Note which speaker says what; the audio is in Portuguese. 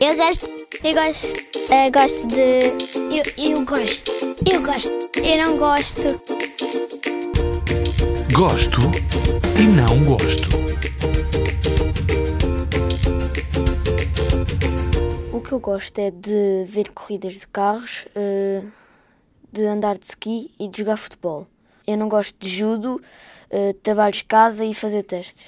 Speaker 1: Eu gosto. Eu gosto. eh, gosto de. Eu, eu gosto. Eu gosto. Eu não gosto.
Speaker 2: Gosto e não gosto.
Speaker 3: O que eu gosto é de ver corridas de carros, eh, de andar de ski e de jogar futebol. Eu não gosto de judo, eh, trabalhos de casa e fazer testes.